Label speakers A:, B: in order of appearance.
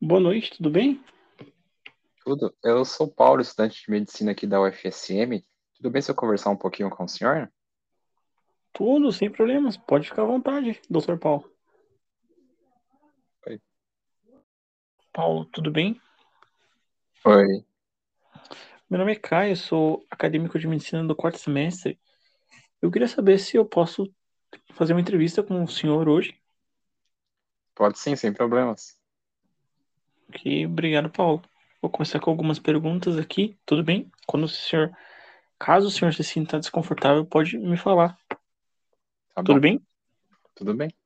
A: Boa noite, tudo bem?
B: Tudo. Eu sou Paulo, estudante de medicina aqui da UFSM. Tudo bem se eu conversar um pouquinho com o senhor?
A: Tudo, sem problemas. Pode ficar à vontade, doutor Paulo.
B: Oi.
A: Paulo, tudo bem?
B: Oi.
A: Meu nome é Caio, sou acadêmico de medicina do quarto semestre. Eu queria saber se eu posso fazer uma entrevista com o senhor hoje.
B: Pode sim, sem problemas.
A: Ok, obrigado, Paulo. Vou começar com algumas perguntas aqui, tudo bem? Quando o senhor, caso o senhor se sinta desconfortável, pode me falar,
B: Tá
A: tudo
B: bom,
A: bem?
B: tudo bem.